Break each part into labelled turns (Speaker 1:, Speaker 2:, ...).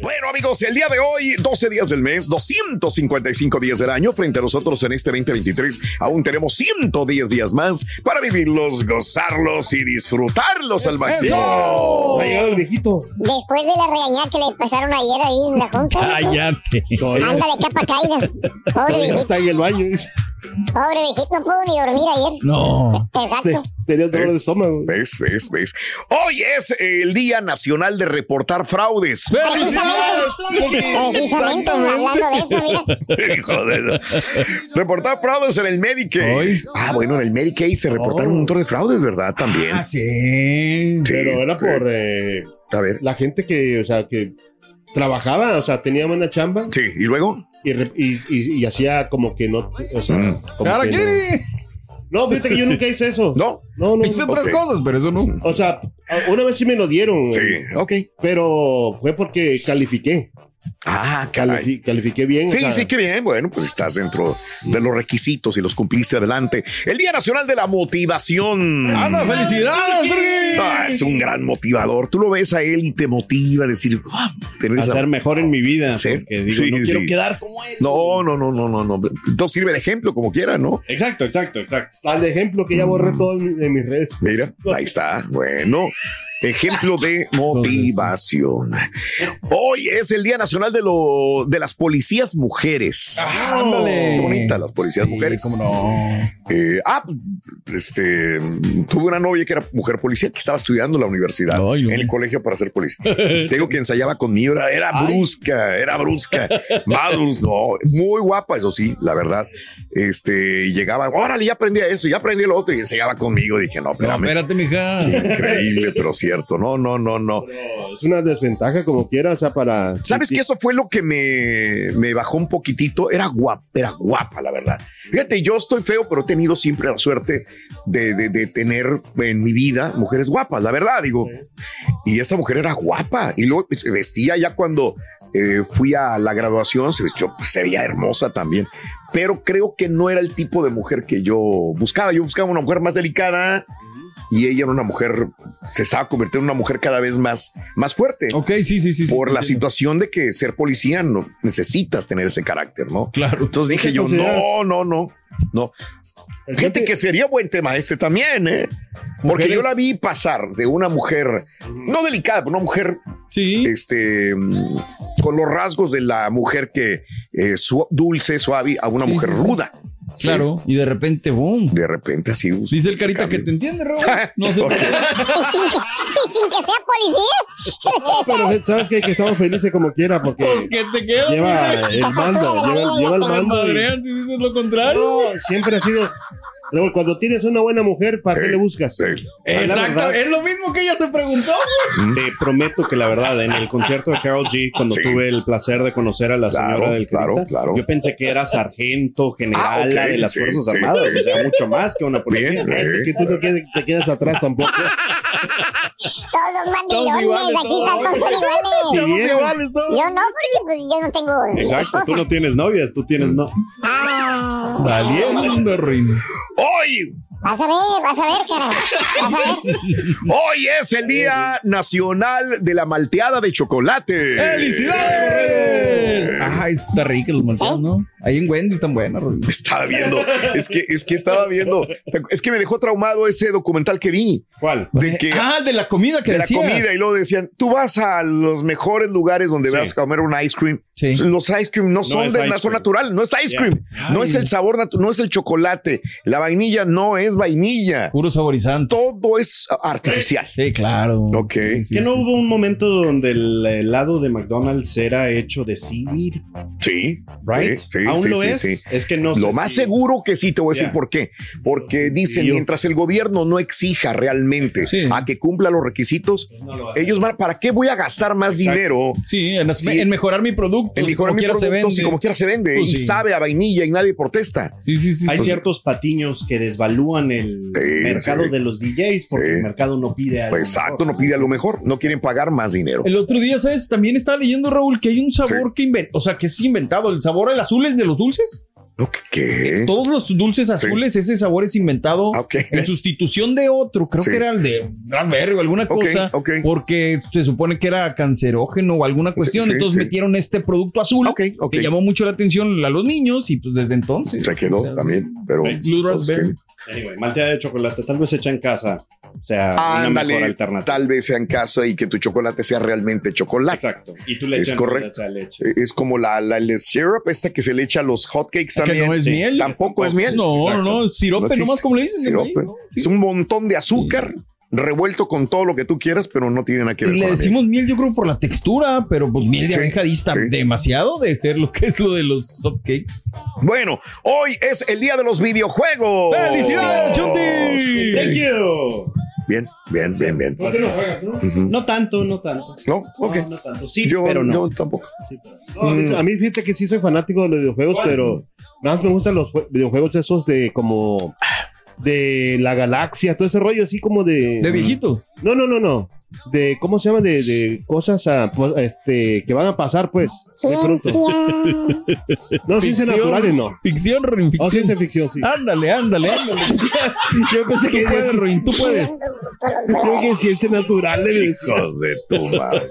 Speaker 1: Bueno amigos, el día de hoy, 12 días del mes, 255 días del año, frente a nosotros en este 2023, aún tenemos 110 días más para vivirlos, gozarlos y disfrutarlos al máximo.
Speaker 2: el viejito.
Speaker 3: Después de la regañada que le pasaron ayer ahí en la junta.
Speaker 2: Cállate.
Speaker 3: Anda de capa caída. Pobre
Speaker 2: Todavía
Speaker 3: viejito.
Speaker 2: Está en el baño. dice.
Speaker 3: Pobre viejito, no pudo ni dormir ayer.
Speaker 2: No.
Speaker 3: Exacto.
Speaker 2: Tenía dolor de estómago.
Speaker 1: ¿Ves, ves, ves? Hoy es el Día Nacional de Reportar Fraudes.
Speaker 3: Precisamente, precisamente hablando de eso, mira.
Speaker 1: Hijo de la- Reportar fraudes en el Medicaid.
Speaker 4: Hoy.
Speaker 1: Ah, bueno, en el Medicaid se
Speaker 2: Oh.
Speaker 1: reportaron un montón de fraudes, ¿verdad? También.
Speaker 4: Ah, sí.
Speaker 1: Sí.
Speaker 2: Pero era por eh,
Speaker 1: A ver.
Speaker 2: la gente que, o sea, que trabajaba, o sea, tenía buena chamba
Speaker 1: Sí, y luego.
Speaker 2: y, re- y, y- y hacía como que no, o sea,
Speaker 1: Mm.
Speaker 2: como que no. No, fíjate que yo nunca hice eso.
Speaker 1: No.
Speaker 2: no, no.
Speaker 4: Hice otras
Speaker 1: Ok.
Speaker 4: cosas, pero eso no.
Speaker 2: O sea, una vez sí me lo dieron,
Speaker 1: Sí, ok.
Speaker 2: pero fue porque califiqué,
Speaker 1: Ah, caray.
Speaker 2: califi- califiqué bien. o
Speaker 1: Sí,
Speaker 2: sea,
Speaker 1: sí, qué bien. Bueno, pues estás dentro de los requisitos y los cumpliste adelante. El Día Nacional de la Motivación.
Speaker 4: ¡Anda, felicidades, Turki!
Speaker 1: Ah, es un gran motivador. Tú lo ves a él y te motiva a decir, "Ah, tener esa-
Speaker 5: hacer mejor en mi vida.
Speaker 1: Sí,
Speaker 5: Porque digo,
Speaker 1: sí,
Speaker 5: no quiero
Speaker 1: sí.
Speaker 5: quedar como él.
Speaker 1: No, no, no, no, no, no. No sirve de ejemplo como quiera, ¿no?
Speaker 5: Exacto, exacto, exacto.
Speaker 2: Al ejemplo que ya borré todo mi- de mis redes.
Speaker 1: Mm. Mira, ahí está. Bueno, ejemplo de motivación. Hoy es el Día Nacional de, lo, de las Policías Mujeres.
Speaker 4: Ah, ándale.
Speaker 1: Qué bonitas las policías mujeres.
Speaker 4: ¿Cómo no?
Speaker 1: Eh, ah, este, tuve una novia que era mujer policía que estaba estudiando en la universidad,
Speaker 4: Ay, no.
Speaker 1: en el colegio para ser policía. Te Digo que ensayaba conmigo, era, era brusca, era brusca. Madus, no, muy guapa, eso sí, la verdad. Este, y llegaba, órale, ya aprendí a eso, ya aprendí lo otro y ensayaba conmigo. Dije, no,
Speaker 4: No,
Speaker 1: espérame.
Speaker 4: espérate, mija.
Speaker 1: Increíble, pero cierto. No, no, no, no.
Speaker 2: Es una desventaja como quiera, o sea, para...
Speaker 1: ¿Sabes que Eso fue lo que me, me bajó un poquitito. Era guapa, era guapa, la verdad. Fíjate, yo estoy feo, pero he tenido siempre la suerte de, de- de tener en mi vida mujeres guapas, la verdad, digo. Y esta mujer era guapa. Y luego se vestía ya cuando eh, fui a la graduación, se vistió, pues, se veía hermosa también. Pero creo que no era el tipo de mujer que yo buscaba. Yo buscaba una mujer más delicada. Y ella era una mujer, se estaba convirtiendo en una mujer cada vez más, más fuerte
Speaker 4: Ok, sí, sí, sí. sí,
Speaker 1: por la
Speaker 4: entiendo.
Speaker 1: situación de que ser policía no necesitas tener ese carácter, ¿no?
Speaker 4: Claro.
Speaker 1: Entonces dije
Speaker 2: ¿Qué
Speaker 1: yo,
Speaker 2: consideras?
Speaker 1: no, Oh, no, no, no. Fíjate que sería buen tema este también, ¿eh? Porque
Speaker 4: Mujeres-
Speaker 1: yo la vi pasar de una mujer, no delicada, pero una mujer
Speaker 4: Sí.
Speaker 1: este, mm, con los rasgos de la mujer que es dulce, suave, a una
Speaker 4: Sí,
Speaker 1: mujer
Speaker 4: sí, sí.
Speaker 1: ruda.
Speaker 4: Claro. Y de repente, boom.
Speaker 1: De repente así.
Speaker 4: Dice el carita que te entiende, Raúl. No sé.
Speaker 3: Y sin que, y sin que sea
Speaker 1: ¡Oh,
Speaker 3: policía.
Speaker 2: Pero sabes qué? que estamos felices como quiera porque
Speaker 4: Pues que te quedas.
Speaker 2: lleva el mando, lleva, lleva el mando. y-
Speaker 4: Madrean si dices lo contrario.
Speaker 2: No, siempre ha sido Raúl, cuando tienes una buena mujer, ¿para qué le buscas? Es la
Speaker 4: Exacto,
Speaker 2: verdad.
Speaker 4: es lo mismo que ella se preguntó.
Speaker 5: Te prometo que la verdad, en el concierto de Carol G, cuando
Speaker 1: Sí.
Speaker 5: tuve el placer de conocer a la
Speaker 1: Claro,
Speaker 5: señora del
Speaker 1: claro,
Speaker 5: Carita,
Speaker 1: claro.
Speaker 5: yo pensé que era sargento general
Speaker 1: Ah, ok,
Speaker 5: de las
Speaker 1: sí,
Speaker 5: Fuerzas
Speaker 1: sí,
Speaker 5: Armadas,
Speaker 1: sí.
Speaker 5: o sea, mucho más que una policía.
Speaker 1: Bien, eh.
Speaker 2: Que tú no quedes- te quedes atrás tampoco.
Speaker 3: Todos mandilones,
Speaker 4: iguales,
Speaker 3: aquí
Speaker 4: todos.
Speaker 3: todos son
Speaker 2: Sí,
Speaker 3: iguales.
Speaker 2: bien.
Speaker 4: iguales, ¿no?
Speaker 3: Yo no, porque pues yo no tengo
Speaker 5: Exacto, tú
Speaker 3: esposa.
Speaker 5: no tienes novias, tú tienes no.
Speaker 3: Ah,
Speaker 4: Saliendo, Rin.
Speaker 1: Hoy,
Speaker 3: vas a ver, vas a ver, cara. Vas a ver.
Speaker 1: hoy es el Día Nacional de la Malteada de Chocolate. Eh.
Speaker 4: ¡Felicidades! Ay, está rica los malteados, ¿no? Ahí en Wendy están buenas, Rin.
Speaker 1: Estaba viendo, es que, es que estaba viendo, es que me dejó traumado ese documental que vi
Speaker 5: ¿Cuál?
Speaker 1: de que
Speaker 4: Ah, de la comida que
Speaker 1: de la
Speaker 4: decías.
Speaker 1: comida y luego decían, tú vas a los mejores lugares donde
Speaker 5: Sí.
Speaker 1: vas a comer un ice cream.
Speaker 4: Sí.
Speaker 1: Los ice cream no, son
Speaker 5: es
Speaker 1: de
Speaker 5: ice
Speaker 1: la
Speaker 5: cream.
Speaker 1: zona natural, no es ice
Speaker 5: Yeah.
Speaker 1: cream, no es el sabor, natu- no es el chocolate, la vainilla no es vainilla,
Speaker 4: Puro saborizante.
Speaker 1: todo es artificial.
Speaker 4: Sí, claro.
Speaker 1: Ok.
Speaker 4: Sí, sí,
Speaker 5: ¿Que no
Speaker 4: sí.
Speaker 5: hubo un momento donde el helado de McDonald's era hecho de seaweed,
Speaker 1: Sí,
Speaker 5: right?
Speaker 1: Sí, sí,
Speaker 5: ¿Aún
Speaker 1: sí,
Speaker 5: lo
Speaker 1: sí,
Speaker 5: es?
Speaker 1: sí.
Speaker 5: Es que no
Speaker 1: Lo
Speaker 5: sé
Speaker 1: más
Speaker 5: si-
Speaker 1: seguro que sí, te voy a decir
Speaker 5: Ya.
Speaker 1: por qué. Porque dicen,
Speaker 5: yo-
Speaker 1: mientras el gobierno no exija realmente
Speaker 4: Sí.
Speaker 1: a que cumpla los requisitos,
Speaker 5: Pues No lo hace.
Speaker 1: ellos van, ¿para qué voy a gastar más
Speaker 5: Exacto. Pues
Speaker 1: dinero
Speaker 4: Sí, en, las-
Speaker 1: Sí.
Speaker 4: en mejorar mi producto.
Speaker 1: en mejorar
Speaker 4: como
Speaker 1: mis
Speaker 4: quiera se
Speaker 1: productos
Speaker 4: vende.
Speaker 1: y como quiera se vende?
Speaker 4: Pues
Speaker 1: y
Speaker 4: sí.
Speaker 1: sabe a vainilla y nadie protesta.
Speaker 4: Sí, sí, Pues sí.
Speaker 5: Hay
Speaker 4: sí.
Speaker 5: ciertos patiños que desvalúan el
Speaker 1: Sí,
Speaker 5: mercado
Speaker 1: sí.
Speaker 5: de los DJs porque
Speaker 1: Sí.
Speaker 5: el mercado no pide algo.
Speaker 1: Pues exacto,
Speaker 5: mejor.
Speaker 1: no pide a lo mejor, no quieren pagar más dinero.
Speaker 4: El otro día, ¿sabes? También estaba leyendo, Raúl, que hay un sabor que inventó, o sea, que es inventado. El sabor el azul es de los dulces.
Speaker 1: ¿No? ¿Qué? qué?
Speaker 4: Todos los dulces azules, ese sabor es inventado
Speaker 1: Ah, ok.
Speaker 4: en sustitución de otro. Creo
Speaker 1: Sí.
Speaker 4: que era el de Raspberry o alguna
Speaker 1: Ok,
Speaker 4: cosa.
Speaker 1: ok.
Speaker 4: Porque se supone que era cancerógeno o alguna cuestión.
Speaker 1: sí,
Speaker 4: entonces
Speaker 1: sí.
Speaker 4: metieron este producto azul
Speaker 1: Ok, ok.
Speaker 4: que llamó mucho la atención a los niños y pues desde entonces.
Speaker 1: Se quedó
Speaker 4: o sea,
Speaker 1: también, pero...
Speaker 4: Blue Raspberry.
Speaker 5: Anyway, malteada de chocolate, tal vez hecha en casa. O sea, una mejor
Speaker 1: Ándale,
Speaker 5: alternativa.
Speaker 1: tal vez sea en casa y que tu chocolate sea realmente chocolate.
Speaker 5: Exacto. Y tú le
Speaker 1: Es
Speaker 5: echas
Speaker 1: correcto. E-,
Speaker 5: la leche.
Speaker 1: Es como la, la el syrup esta que se le echa a los hotcakes
Speaker 4: Ah, que
Speaker 1: también.
Speaker 4: no es
Speaker 5: sí.
Speaker 4: miel.
Speaker 1: Tampoco es miel.
Speaker 4: No, no,
Speaker 5: Exacto.
Speaker 4: no, es sirope,
Speaker 1: No existe.
Speaker 4: nomás como le dicen.
Speaker 1: Sirope.
Speaker 4: güey, ¿no?
Speaker 1: Es un montón de azúcar revuelto con todo lo que tú quieras, pero no tiene nada que ver
Speaker 4: Y le
Speaker 1: con la miel.
Speaker 4: decimos miel, yo creo, por la textura, pero pues miel de
Speaker 1: Sí,
Speaker 4: abeja dista
Speaker 1: sí.
Speaker 4: demasiado de ser lo que es lo de los hotcakes.
Speaker 1: Bueno, hoy es el día de los videojuegos.
Speaker 4: ¡Felicidades, Chuti!
Speaker 5: Oh, Thank you.
Speaker 1: Bien, bien, bien, bien.
Speaker 5: ¿Por qué no juegas, no?
Speaker 1: Ujú.
Speaker 5: No tanto, no tanto.
Speaker 1: No, ok.
Speaker 5: No, no tanto. Sí,
Speaker 1: yo,
Speaker 5: pero no.
Speaker 1: yo Mm. tampoco.
Speaker 5: Sí, pero-
Speaker 2: No, a mí- Mm, a mí fíjate que sí soy fanático de los videojuegos,
Speaker 5: ¿Cuál?
Speaker 2: pero nada más me gustan los jue- videojuegos esos de como de la galaxia, todo ese rollo así como de Mm.
Speaker 4: De viejito.
Speaker 2: No, no, no, no. De cómo se llama de, de cosas ah, pues, este que van a pasar pues muy pronto.
Speaker 3: Ciencia.
Speaker 2: No ciencias
Speaker 4: Ficción.
Speaker 2: naturales no.
Speaker 4: Ficción, Ruin,
Speaker 2: O
Speaker 4: ficción.
Speaker 2: ciencia ficción sí.
Speaker 4: Ándale, ándale, ándale.
Speaker 2: yo pensé
Speaker 4: Tú
Speaker 2: que
Speaker 4: puedes, Ruin, tú puedes.
Speaker 2: creo que ciencia natural de videojuegos.
Speaker 1: Hijos de tu madre.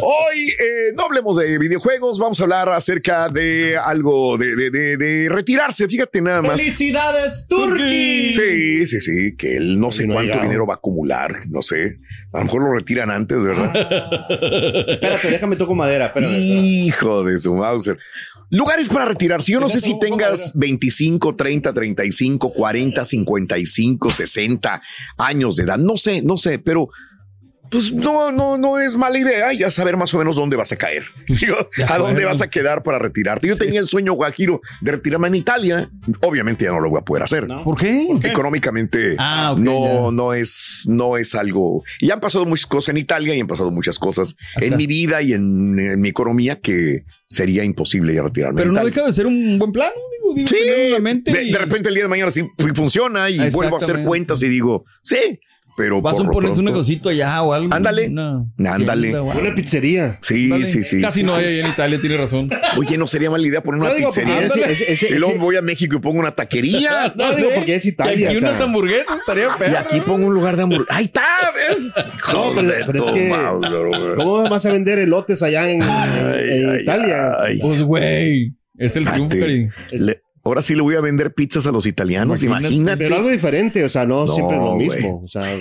Speaker 1: Hoy eh, no hablemos de videojuegos, vamos a hablar acerca de algo de, de- de- de retirarse. Fíjate nada más.
Speaker 5: ¡Felicidades, Turki!
Speaker 1: Sí, sí, sí, que él no sé
Speaker 2: No ha
Speaker 1: cuánto
Speaker 2: llegado.
Speaker 1: dinero va a acumular, no sé. A lo mejor lo retiran antes, ¿verdad?
Speaker 5: Espérate, déjame toco madera. Espérate. espérate.
Speaker 1: Hijo de su Mauser. Lugares para retirarse. Yo no sé si tengas 25, 30, 35, 40, 55, 60 años de edad. No sé, no sé, pero pues no, no, no es mala idea ya saber más o menos dónde vas a caer. Digo,
Speaker 4: Pues, de
Speaker 1: a dónde
Speaker 4: acuerdo.
Speaker 1: vas a quedar para retirarte. Yo tenía el sueño guajiro de retirarme en Italia. Obviamente ya no lo voy a poder hacer.
Speaker 5: No.
Speaker 4: ¿Por qué?
Speaker 1: Económicamente
Speaker 4: Ah, ok,
Speaker 1: no, no es, no es algo. Y han pasado muchas cosas en Italia y han pasado muchas cosas en
Speaker 4: Acá.
Speaker 1: mi vida y en, en mi economía que sería imposible ya retirarme.
Speaker 4: Pero no
Speaker 1: de Italia.
Speaker 4: deja de ser un buen plan. Digo, digo,
Speaker 1: Sí,
Speaker 4: tener una mente
Speaker 1: de,
Speaker 4: y
Speaker 1: de repente el día de mañana sí fu- funciona y vuelvo a hacer
Speaker 4: Exactamente.
Speaker 1: cuentas y digo, sí, pero
Speaker 4: Vas
Speaker 1: por
Speaker 4: a
Speaker 1: lo
Speaker 4: ponerse un
Speaker 1: pronto-
Speaker 4: negocito allá o algo.
Speaker 1: Ándale.
Speaker 4: una-
Speaker 1: Ándale.
Speaker 4: o algo.
Speaker 2: Una pizzería.
Speaker 1: Sí,
Speaker 4: Ándale.
Speaker 1: sí, sí.
Speaker 4: Casi no hay ahí en Italia, tiene razón.
Speaker 1: Oye, no sería mala idea poner una
Speaker 2: No digo, porque
Speaker 1: pizzería.
Speaker 4: ándale.
Speaker 2: ese- ese-
Speaker 1: Y luego
Speaker 2: ese-
Speaker 1: voy a México y pongo una taquería.
Speaker 2: No, digo, porque es
Speaker 4: Y
Speaker 2: Italia.
Speaker 4: aquí
Speaker 2: o sea.
Speaker 4: unas hamburguesas estaría
Speaker 1: Y
Speaker 4: perro.
Speaker 1: aquí pongo un lugar de hamburguesas. Ahí está, ¿ves?
Speaker 2: No, pero-
Speaker 1: Joder,
Speaker 2: pero es que-
Speaker 1: Mauro, güey.
Speaker 2: ¿Cómo vas a vender elotes allá en, en
Speaker 1: Ay,
Speaker 2: Italia?
Speaker 1: ay, ay.
Speaker 4: Pues, güey. Es el triunfo,
Speaker 1: Espérate.
Speaker 4: cariño.
Speaker 1: Le- ahora sí le voy a vender pizzas a los italianos,
Speaker 4: Imagínate.
Speaker 1: pues imagínate.
Speaker 2: Pero algo diferente, o sea, no,
Speaker 1: No,
Speaker 2: siempre lo
Speaker 1: güey.
Speaker 2: mismo. O sea,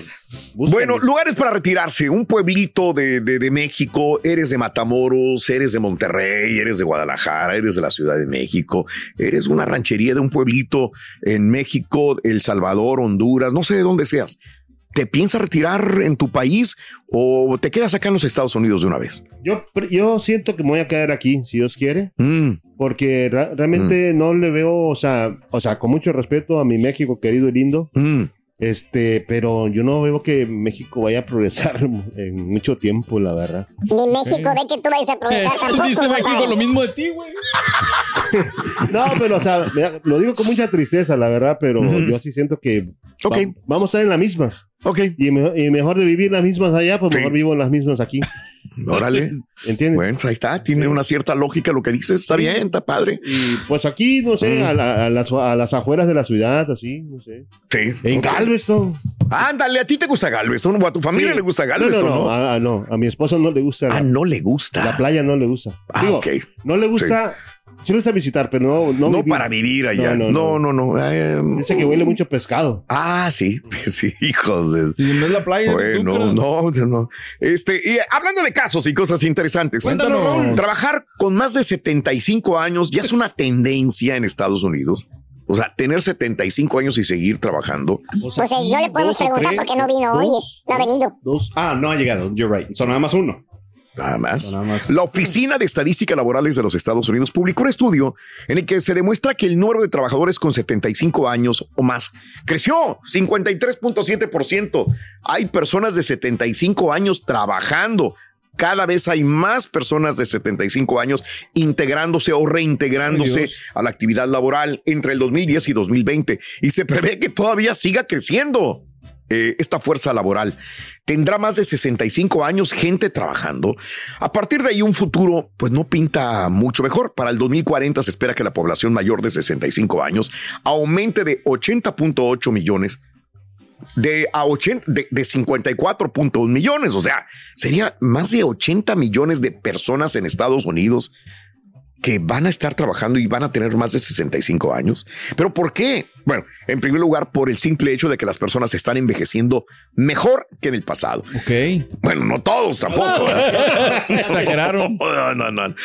Speaker 2: búscale.
Speaker 1: Bueno, lugares para retirarse. Un pueblito de, de- de México, eres de Matamoros, eres de Monterrey, eres de Guadalajara, eres de la Ciudad de México, eres una ranchería de un pueblito en México, El Salvador, Honduras, no sé de dónde seas. ¿Te piensas retirar en tu país o te quedas acá en los Estados Unidos de una vez?
Speaker 2: Yo, yo siento que me voy a quedar aquí, si Dios quiere,
Speaker 1: Mm,
Speaker 2: porque ra- realmente no le veo, o sea, o sea, con mucho respeto a mi México querido y lindo,
Speaker 1: mm.
Speaker 2: este, pero yo no veo que México vaya a progresar en mucho tiempo, la verdad.
Speaker 3: Ni México ve que tú vayas a progresar
Speaker 4: Eso
Speaker 3: tampoco.
Speaker 4: dice México
Speaker 3: compadre.
Speaker 4: lo mismo de ti, güey.
Speaker 2: No, pero, o sea, mira, lo digo con mucha tristeza, la verdad, pero
Speaker 1: Ujú.
Speaker 2: yo sí siento que va-
Speaker 1: Ok.
Speaker 2: vamos a estar en las mismas.
Speaker 1: Ok,
Speaker 2: Y, mejo- y mejor de vivir las mismas allá, pues
Speaker 1: Sí.
Speaker 2: mejor vivo las mismas aquí.
Speaker 1: órale.
Speaker 2: ¿Entiendes?
Speaker 1: Bueno, pues, ahí está, tiene una cierta lógica lo que dices, está bien, está padre.
Speaker 2: Y pues aquí, no sé,
Speaker 1: Mm.
Speaker 2: a, la- a las, a las afueras de la ciudad, así, no sé.
Speaker 1: Sí.
Speaker 2: En Galveston.
Speaker 1: Ándale, a ti te gusta Galveston, o a tu familia
Speaker 2: Sí.
Speaker 1: le gusta Galveston,
Speaker 2: no, no, no,
Speaker 1: ¿no?
Speaker 2: A, a- no, a mi esposa no le gusta.
Speaker 1: Ah,
Speaker 2: la,
Speaker 1: no le gusta.
Speaker 2: la playa no le gusta.
Speaker 1: Ah,
Speaker 2: Digo,
Speaker 1: ok.
Speaker 2: no le gusta, sí le gusta visitar, pero no, no,
Speaker 1: No,
Speaker 2: vivir.
Speaker 1: para vivir allá. No,
Speaker 2: No,
Speaker 1: no,
Speaker 2: no,
Speaker 1: no. Eh,
Speaker 2: Dice que huele mucho a pescado.
Speaker 1: Ah, sí, sí, hijos de.
Speaker 4: Y no es la playa. eres tú,
Speaker 1: Bueno,
Speaker 4: carnal.
Speaker 1: no, no. Este, y hablando de casos y cosas interesantes,
Speaker 4: Cuéntanos, Raúl.
Speaker 1: trabajar con más de 75 años ya es una tendencia en Estados Unidos. O sea, tener 75 años y seguir trabajando.
Speaker 5: O sea,
Speaker 3: Pues eh, yo le
Speaker 5: aquí,
Speaker 3: podemos
Speaker 5: dos o
Speaker 3: preguntar
Speaker 5: tres,
Speaker 3: por qué no vino hoy.
Speaker 5: dos,
Speaker 3: No ha venido.
Speaker 5: dos. Ah, no ha llegado. You're right. Son nada más uno.
Speaker 1: Nada más.
Speaker 5: Nada más.
Speaker 1: La Oficina de Estadística Laborales de los Estados Unidos publicó un estudio en el que se demuestra que el número de trabajadores con 75 años o más creció 53.7%. Hay personas de 75 años trabajando. Cada vez hay más personas de 75 años integrándose o
Speaker 4: Ay,
Speaker 1: reintegrándose
Speaker 4: Dios.
Speaker 1: a la actividad laboral entre el 2010 y 2020 y se prevé que todavía siga creciendo eh, esta fuerza laboral. Tendrá más de 65 años gente trabajando. A partir de ahí un futuro pues no pinta mucho mejor. Para el 2040 se espera que la población mayor de 65 años aumente de 80.8 millones de, a 80, de, de 54.1 millones. O sea, sería más de 80 millones de personas en Estados Unidos que van a estar trabajando y van a tener más de 65 años. ¿Pero por qué? Bueno, en primer lugar, por el simple hecho de que las personas están envejeciendo mejor que en el pasado.
Speaker 4: Ok.
Speaker 1: Bueno, no todos tampoco. ¿verdad?
Speaker 4: Exageraron.
Speaker 1: No, no, no.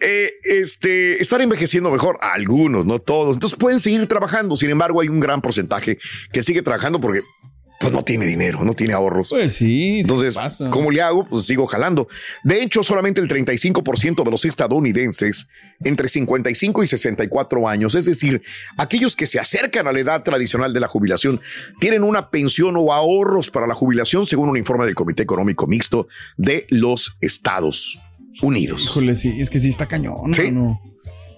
Speaker 1: Eh, este, están envejeciendo mejor a algunos, no todos. Entonces pueden seguir trabajando. Sin embargo, hay un gran porcentaje que sigue trabajando porque pues, no tiene dinero, no tiene ahorros.
Speaker 4: Pues sí. sí
Speaker 1: Entonces,
Speaker 4: pasa.
Speaker 1: ¿cómo le hago? Pues sigo jalando. De hecho, solamente el 35% de los estadounidenses entre 55 y 64 años, es decir, aquellos que se acercan a la edad tradicional de la jubilación, tienen una pensión o ahorros para la jubilación, según un informe del Comité Económico Mixto de los Estados Unidos.
Speaker 4: Híjole, sí, es que sí está cañón.
Speaker 1: Sí.
Speaker 4: mano.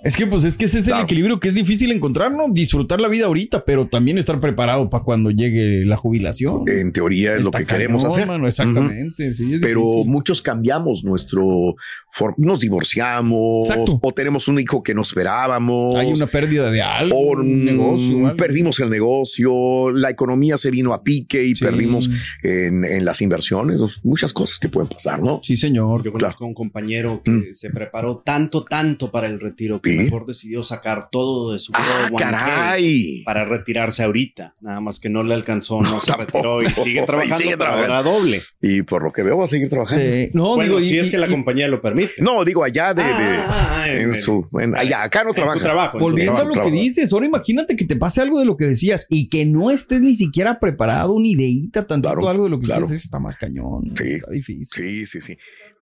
Speaker 4: Es que pues es que ese es el
Speaker 1: Claro.
Speaker 4: equilibrio que es difícil encontrar, ¿no? Disfrutar la vida ahorita, pero también estar preparado para cuando llegue la jubilación.
Speaker 1: En teoría es lo
Speaker 4: Está
Speaker 1: que queremos
Speaker 4: cañón,
Speaker 1: hacer.
Speaker 4: mano, exactamente. sí, es
Speaker 1: pero
Speaker 4: difícil.
Speaker 1: muchos cambiamos nuestro, for- nos divorciamos
Speaker 4: Exacto.
Speaker 1: o tenemos un hijo que no esperábamos.
Speaker 4: hay una pérdida de algo,
Speaker 1: Por,
Speaker 4: un negocio,
Speaker 1: mm,
Speaker 4: algo.
Speaker 1: perdimos el negocio, la economía se vino a pique y
Speaker 4: Sí.
Speaker 1: perdimos en, en las inversiones, pues, muchas cosas que pueden pasar, ¿no?
Speaker 4: Sí, señor.
Speaker 5: Yo conozco a un compañero que
Speaker 1: Mm.
Speaker 5: se preparó tanto, tanto para el retiro que
Speaker 1: Sí.
Speaker 5: mejor decidió sacar todo de su 401k
Speaker 1: ah, caray.
Speaker 5: para retirarse ahorita. Nada más que no le alcanzó, no se
Speaker 1: Tampoco.
Speaker 5: retiró y sigue trabajando,
Speaker 1: Y sigue
Speaker 5: pero
Speaker 1: trabajando.
Speaker 5: ahora doble.
Speaker 1: Y por lo que veo va a seguir trabajando.
Speaker 4: Eh, no,
Speaker 5: bueno,
Speaker 4: digo,
Speaker 5: si
Speaker 4: y-
Speaker 5: es que la
Speaker 4: y-
Speaker 5: compañía lo permite.
Speaker 1: No, digo allá de, de-
Speaker 5: Ah, ah,
Speaker 1: en su en- allá acá no
Speaker 5: en su
Speaker 1: trabaja.
Speaker 5: trabajo, en su
Speaker 4: Volviendo a
Speaker 5: trabajo.
Speaker 4: lo que dices, ahora imagínate que te pase algo de lo que decías y que no estés ni siquiera preparado ni ideita tanto
Speaker 1: Claro,
Speaker 4: algo de lo que
Speaker 1: claro.
Speaker 4: quieres hacer, está más cañón,
Speaker 1: Sí.
Speaker 4: está difícil.
Speaker 1: Sí, sí, sí.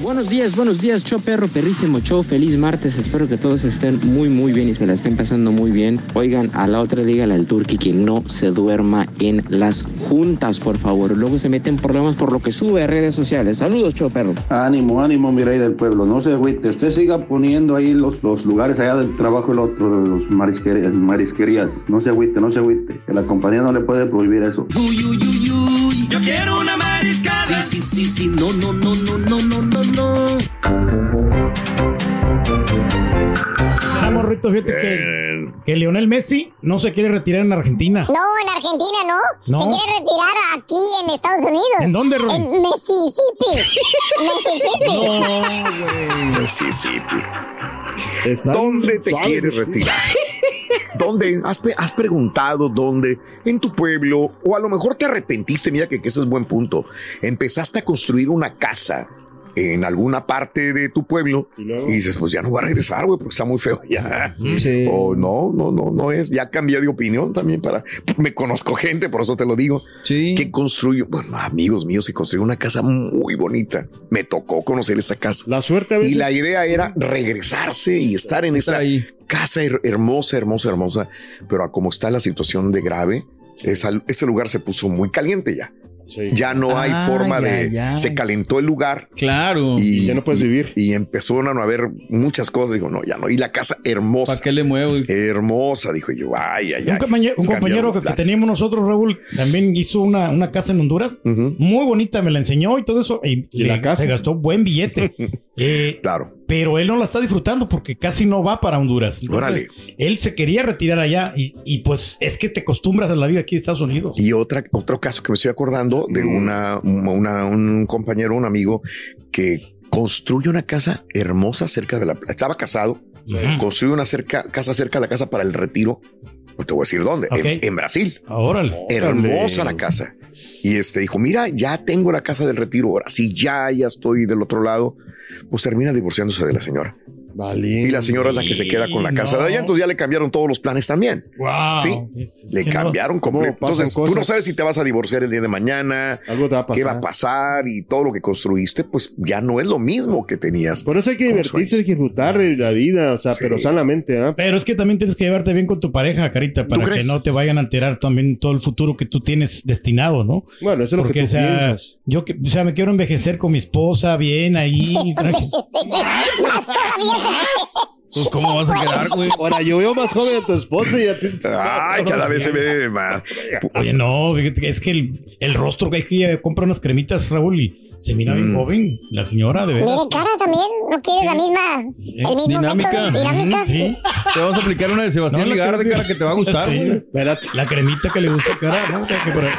Speaker 6: Buenos Buenos días, buenos días, cho perro, perrísimo cho. Feliz martes. Espero que todos estén muy, muy bien y se la estén pasando muy bien. Oigan, a la otra dígale al turqui que no se duerma en las juntas, por favor. Luego se meten problemas por lo que sube a redes sociales. Saludos, cho perro.
Speaker 7: Ánimo, ánimo, mi rey del pueblo. No se agüite. Usted siga poniendo ahí los, los lugares allá del trabajo, el otro, de los marisquerías, marisquerías. No se agüite, no se agüite. Que la compañía no le puede prohibir eso.
Speaker 8: Yo quiero una mariscada. Sí, sí, sí, sí. No, no, no, no, no, no, no, no.
Speaker 9: Ah, morrito, fíjate que, que Lionel Messi no se quiere retirar en Argentina.
Speaker 3: No, en Argentina no.
Speaker 9: No.
Speaker 3: Se quiere retirar aquí en Estados Unidos.
Speaker 9: ¿En dónde, Roy?
Speaker 3: En Mississippi. Mississippi.
Speaker 1: Mississippi. ¿Dónde te
Speaker 3: suaves,
Speaker 1: quieres
Speaker 3: güey.
Speaker 1: retirar? ¿Dónde? ¿Has, pe- has preguntado dónde? ¿En tu pueblo? O a lo mejor te arrepentiste, mira que, que ese es buen punto. Empezaste a construir una casa en alguna parte de tu pueblo y dices, pues ya no va a regresar, güey, porque está muy feo allá. O no, no, no, no es. Ya cambié de opinión también para... Me conozco gente, por eso te lo digo. Sí. Que construyó, bueno, amigos míos, se construyó una casa muy bonita. Me tocó conocer esa casa.
Speaker 2: La suerte
Speaker 1: Y la idea era regresarse y estar en esa casa her- hermosa, hermosa, hermosa. Pero a como está la situación de grave, esa- ese lugar se puso muy caliente ya. Ya no hay
Speaker 10: Ah,
Speaker 1: forma
Speaker 10: ya,
Speaker 1: de...
Speaker 10: ya.
Speaker 1: Se calentó el lugar. Claro. Y, ya no puedes vivir. Y empezaron a haber muchas cosas. Digo, no, ya no. Y la casa hermosa. ¿Para qué le muevo? Hermosa, dijo yo. Ay, ay,
Speaker 9: Un,
Speaker 1: ay.
Speaker 9: compañe- un
Speaker 1: Cambiaron
Speaker 9: compañero
Speaker 1: los
Speaker 9: que, que
Speaker 1: planes.
Speaker 9: teníamos nosotros, Raúl, también hizo una, una casa en Honduras. Muy bonita, me la enseñó y todo eso. Y,
Speaker 1: ¿Y la
Speaker 9: le-
Speaker 1: casa?
Speaker 9: se gastó buen billete. Eh,
Speaker 1: claro.
Speaker 9: Pero él no la está disfrutando porque casi no va para Honduras. Entonces, Él se quería retirar allá y, y pues es que te acostumbras a la vida aquí de Estados Unidos.
Speaker 1: Y otra, otro caso que me estoy acordando de una, una- un compañero, un amigo que construye una casa hermosa cerca de la playa. Estaba casado, construyó una cerca, casa cerca de la casa para el retiro. No te voy a decir dónde, en- en, Brasil.
Speaker 9: Órale.
Speaker 1: Hermosa la casa. Y este dijo: Mira, ya tengo la casa del retiro. Ahora sí, ya, ya estoy del otro lado. Pues termina divorciándose de la señora. Y la señora es la que se queda con la casa de allá. Entonces ya le cambiaron todos los planes también.
Speaker 9: Wow.
Speaker 1: Sí, le
Speaker 9: que no-
Speaker 1: cambiaron
Speaker 9: ¿Cómo
Speaker 1: completo.
Speaker 9: pasan
Speaker 1: Entonces, tú no
Speaker 9: cosas?
Speaker 1: sabes si te vas a divorciar el día de mañana, qué va a pasar y todo lo que construiste, pues ya no es lo mismo que tenías.
Speaker 2: Por eso hay que divertirse, hay que disfrutar eh, la vida, o sea, pero sanamente, ¿ah?
Speaker 9: Pero es que también tienes que llevarte bien con tu pareja, Carita, para que
Speaker 2: crees?
Speaker 9: no te vayan a enterar también todo el futuro que tú tienes destinado, ¿no?
Speaker 2: Bueno, eso es lo que
Speaker 9: Porque,
Speaker 2: tú
Speaker 9: o sea,
Speaker 2: piensas.
Speaker 9: yo que, o sea, me quiero envejecer con mi esposa, bien ahí. tranqui-
Speaker 3: Más todavía
Speaker 9: Pues, ¿cómo vas a quedar, güey?
Speaker 2: Ahora yo veo más joven a tu esposa y a ti.
Speaker 1: Ay, cada vez se ve más.
Speaker 9: Oye, no, fíjate que es que el, el rostro, es que ella compra unas cremitas, Raúl, y se mira
Speaker 1: Mm.
Speaker 9: bien joven, la señora, de veras.
Speaker 3: Miren, cara también, no quieres la misma, el mismo
Speaker 9: ¿eh? Dinámica.
Speaker 3: método, dinámica.
Speaker 9: Sí.
Speaker 4: ¿Eh? Te vas a aplicar una de Sebastián Ligarde, cara, que te va a gustar.
Speaker 9: Sí,
Speaker 4: güey.
Speaker 9: la cremita que le gusta, cara, ¿no? Que por ahí-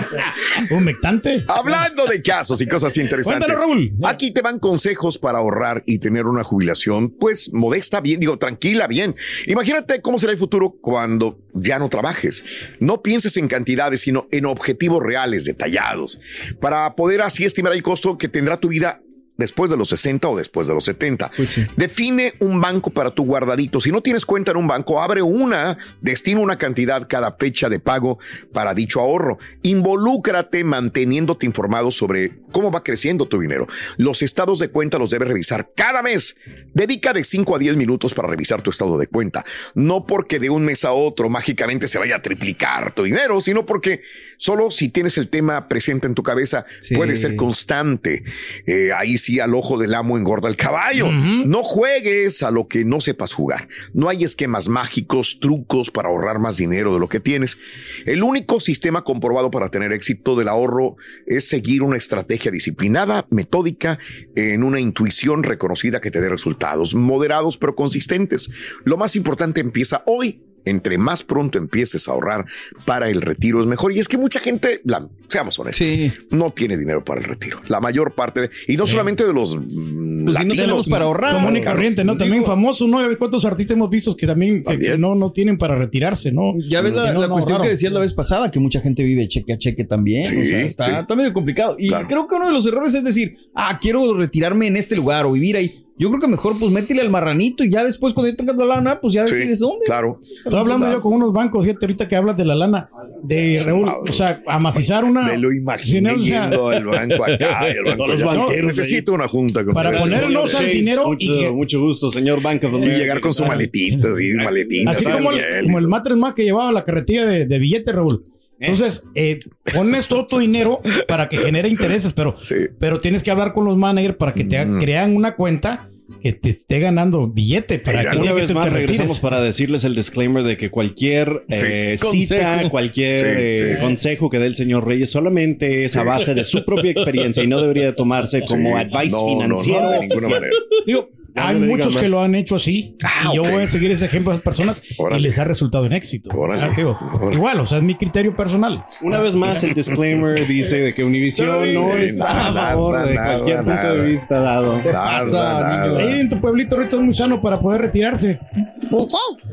Speaker 9: Humectante.
Speaker 1: Hablando de casos y cosas interesantes.
Speaker 9: Cuéntalo, Raúl.
Speaker 1: Aquí te van consejos para ahorrar y tener una jubilación, pues modesta, bien, digo, tranquila, bien. Imagínate cómo será el futuro cuando ya no trabajes. No pienses en cantidades, sino en objetivos reales, detallados, para poder así estimar el costo que tendrá tu vida después de los 60 o después de los 70. Define un banco para tu guardadito. Si no tienes cuenta en un banco, abre una, destina una cantidad cada fecha de pago para dicho ahorro. Involúcrate manteniéndote informado sobre cómo va creciendo tu dinero. Los estados de cuenta los debes revisar cada mes. Dedica de 5 a 10 minutos para revisar tu estado de cuenta. No porque de un mes a otro mágicamente se vaya a triplicar tu dinero, sino porque solo si tienes el tema presente en tu cabeza puede ser constante. Eh, ahí sí al ojo del amo engorda el caballo. No juegues a lo que no sepas jugar. No hay esquemas mágicos, trucos para ahorrar más dinero de lo que tienes. El único sistema comprobado para tener éxito del ahorro es seguir una estrategia disciplinada, metódica, en una intuición reconocida que te dé resultados moderados pero consistentes. Lo más importante empieza hoy. Entre más pronto empieces a ahorrar para el retiro es mejor. Y es que mucha gente, la- seamos honestos, no tiene dinero para el retiro. La mayor parte, de- y no solamente de los... Pues
Speaker 9: Común y corriente, ¿no? También famoso, ¿no? ¿Cuántos artistas hemos visto que también, que- que no, no tienen para retirarse, ¿no?
Speaker 4: Ya ves la,
Speaker 9: Que no,
Speaker 4: la
Speaker 9: no
Speaker 4: cuestión
Speaker 9: ahorraron.
Speaker 4: que decías la vez pasada, que mucha gente vive cheque a cheque también.
Speaker 9: Sí,
Speaker 4: o sea, está,
Speaker 9: sí.
Speaker 4: está medio complicado. Y creo que uno de los errores es decir, ah, quiero retirarme en este lugar o vivir ahí. Yo creo que mejor, pues métele al marranito y ya después cuando ya tengas la lana, pues ya decides dónde.
Speaker 1: Claro.
Speaker 9: Estoy hablando yo con unos bancos, fíjate, ahorita que hablas de la lana de Raúl, o sea, amacizar una.
Speaker 1: Me lo imaginé
Speaker 9: dinero, o sea-
Speaker 1: yendo al banco acá, y al banco
Speaker 9: Los
Speaker 1: allá. No,
Speaker 9: banqueros
Speaker 1: necesito una junta. con
Speaker 9: Para
Speaker 1: ustedes.
Speaker 9: ponernos al dinero y
Speaker 5: Mucho,
Speaker 9: que-
Speaker 5: mucho gusto, señor Bank of
Speaker 1: Y
Speaker 5: America.
Speaker 1: llegar con su maletita, así, maletita.
Speaker 9: Así
Speaker 1: así,
Speaker 9: como
Speaker 1: bien.
Speaker 9: el, como el matres más que llevaba la carretilla de, de billete, Raúl. Entonces, eh, pones todo tu dinero para que genere intereses, pero, pero tienes que hablar con los managers para que
Speaker 5: Mm.
Speaker 9: te crean una cuenta que te esté ganando billete para que el
Speaker 5: Una
Speaker 9: día que
Speaker 5: vez
Speaker 9: tú
Speaker 5: más
Speaker 9: te retires.
Speaker 5: regresamos para decirles el disclaimer de que cualquier
Speaker 9: Sí.
Speaker 5: eh,
Speaker 9: Consejo.
Speaker 5: cita, cualquier
Speaker 9: Sí,
Speaker 5: eh,
Speaker 9: sí.
Speaker 5: consejo que dé el señor Reyes solamente es a
Speaker 9: Sí.
Speaker 5: base de su propia experiencia y no debería tomarse como
Speaker 1: Sí.
Speaker 5: advice
Speaker 1: No, no, no,
Speaker 5: financiero.
Speaker 1: de ninguna
Speaker 5: oficial.
Speaker 1: manera.
Speaker 9: Digo,
Speaker 5: Ya
Speaker 9: hay
Speaker 5: no le digas
Speaker 9: muchos que
Speaker 5: más.
Speaker 9: lo han hecho así.
Speaker 1: Ah,
Speaker 9: y yo voy a seguir ese ejemplo a esas personas y les ha resultado en éxito. Ah, digo, Igual, o sea, es mi criterio personal.
Speaker 5: Una vez más, el disclaimer dice de que Univision no
Speaker 9: Sí,
Speaker 5: está a
Speaker 9: nada,
Speaker 5: favor de
Speaker 9: nada,
Speaker 5: cualquier punto
Speaker 9: nada.
Speaker 5: de vista dado. ¿Eh?
Speaker 9: ¿Qué pasa, niño? Ahí en tu pueblito ahorita es muy sano para poder retirarse.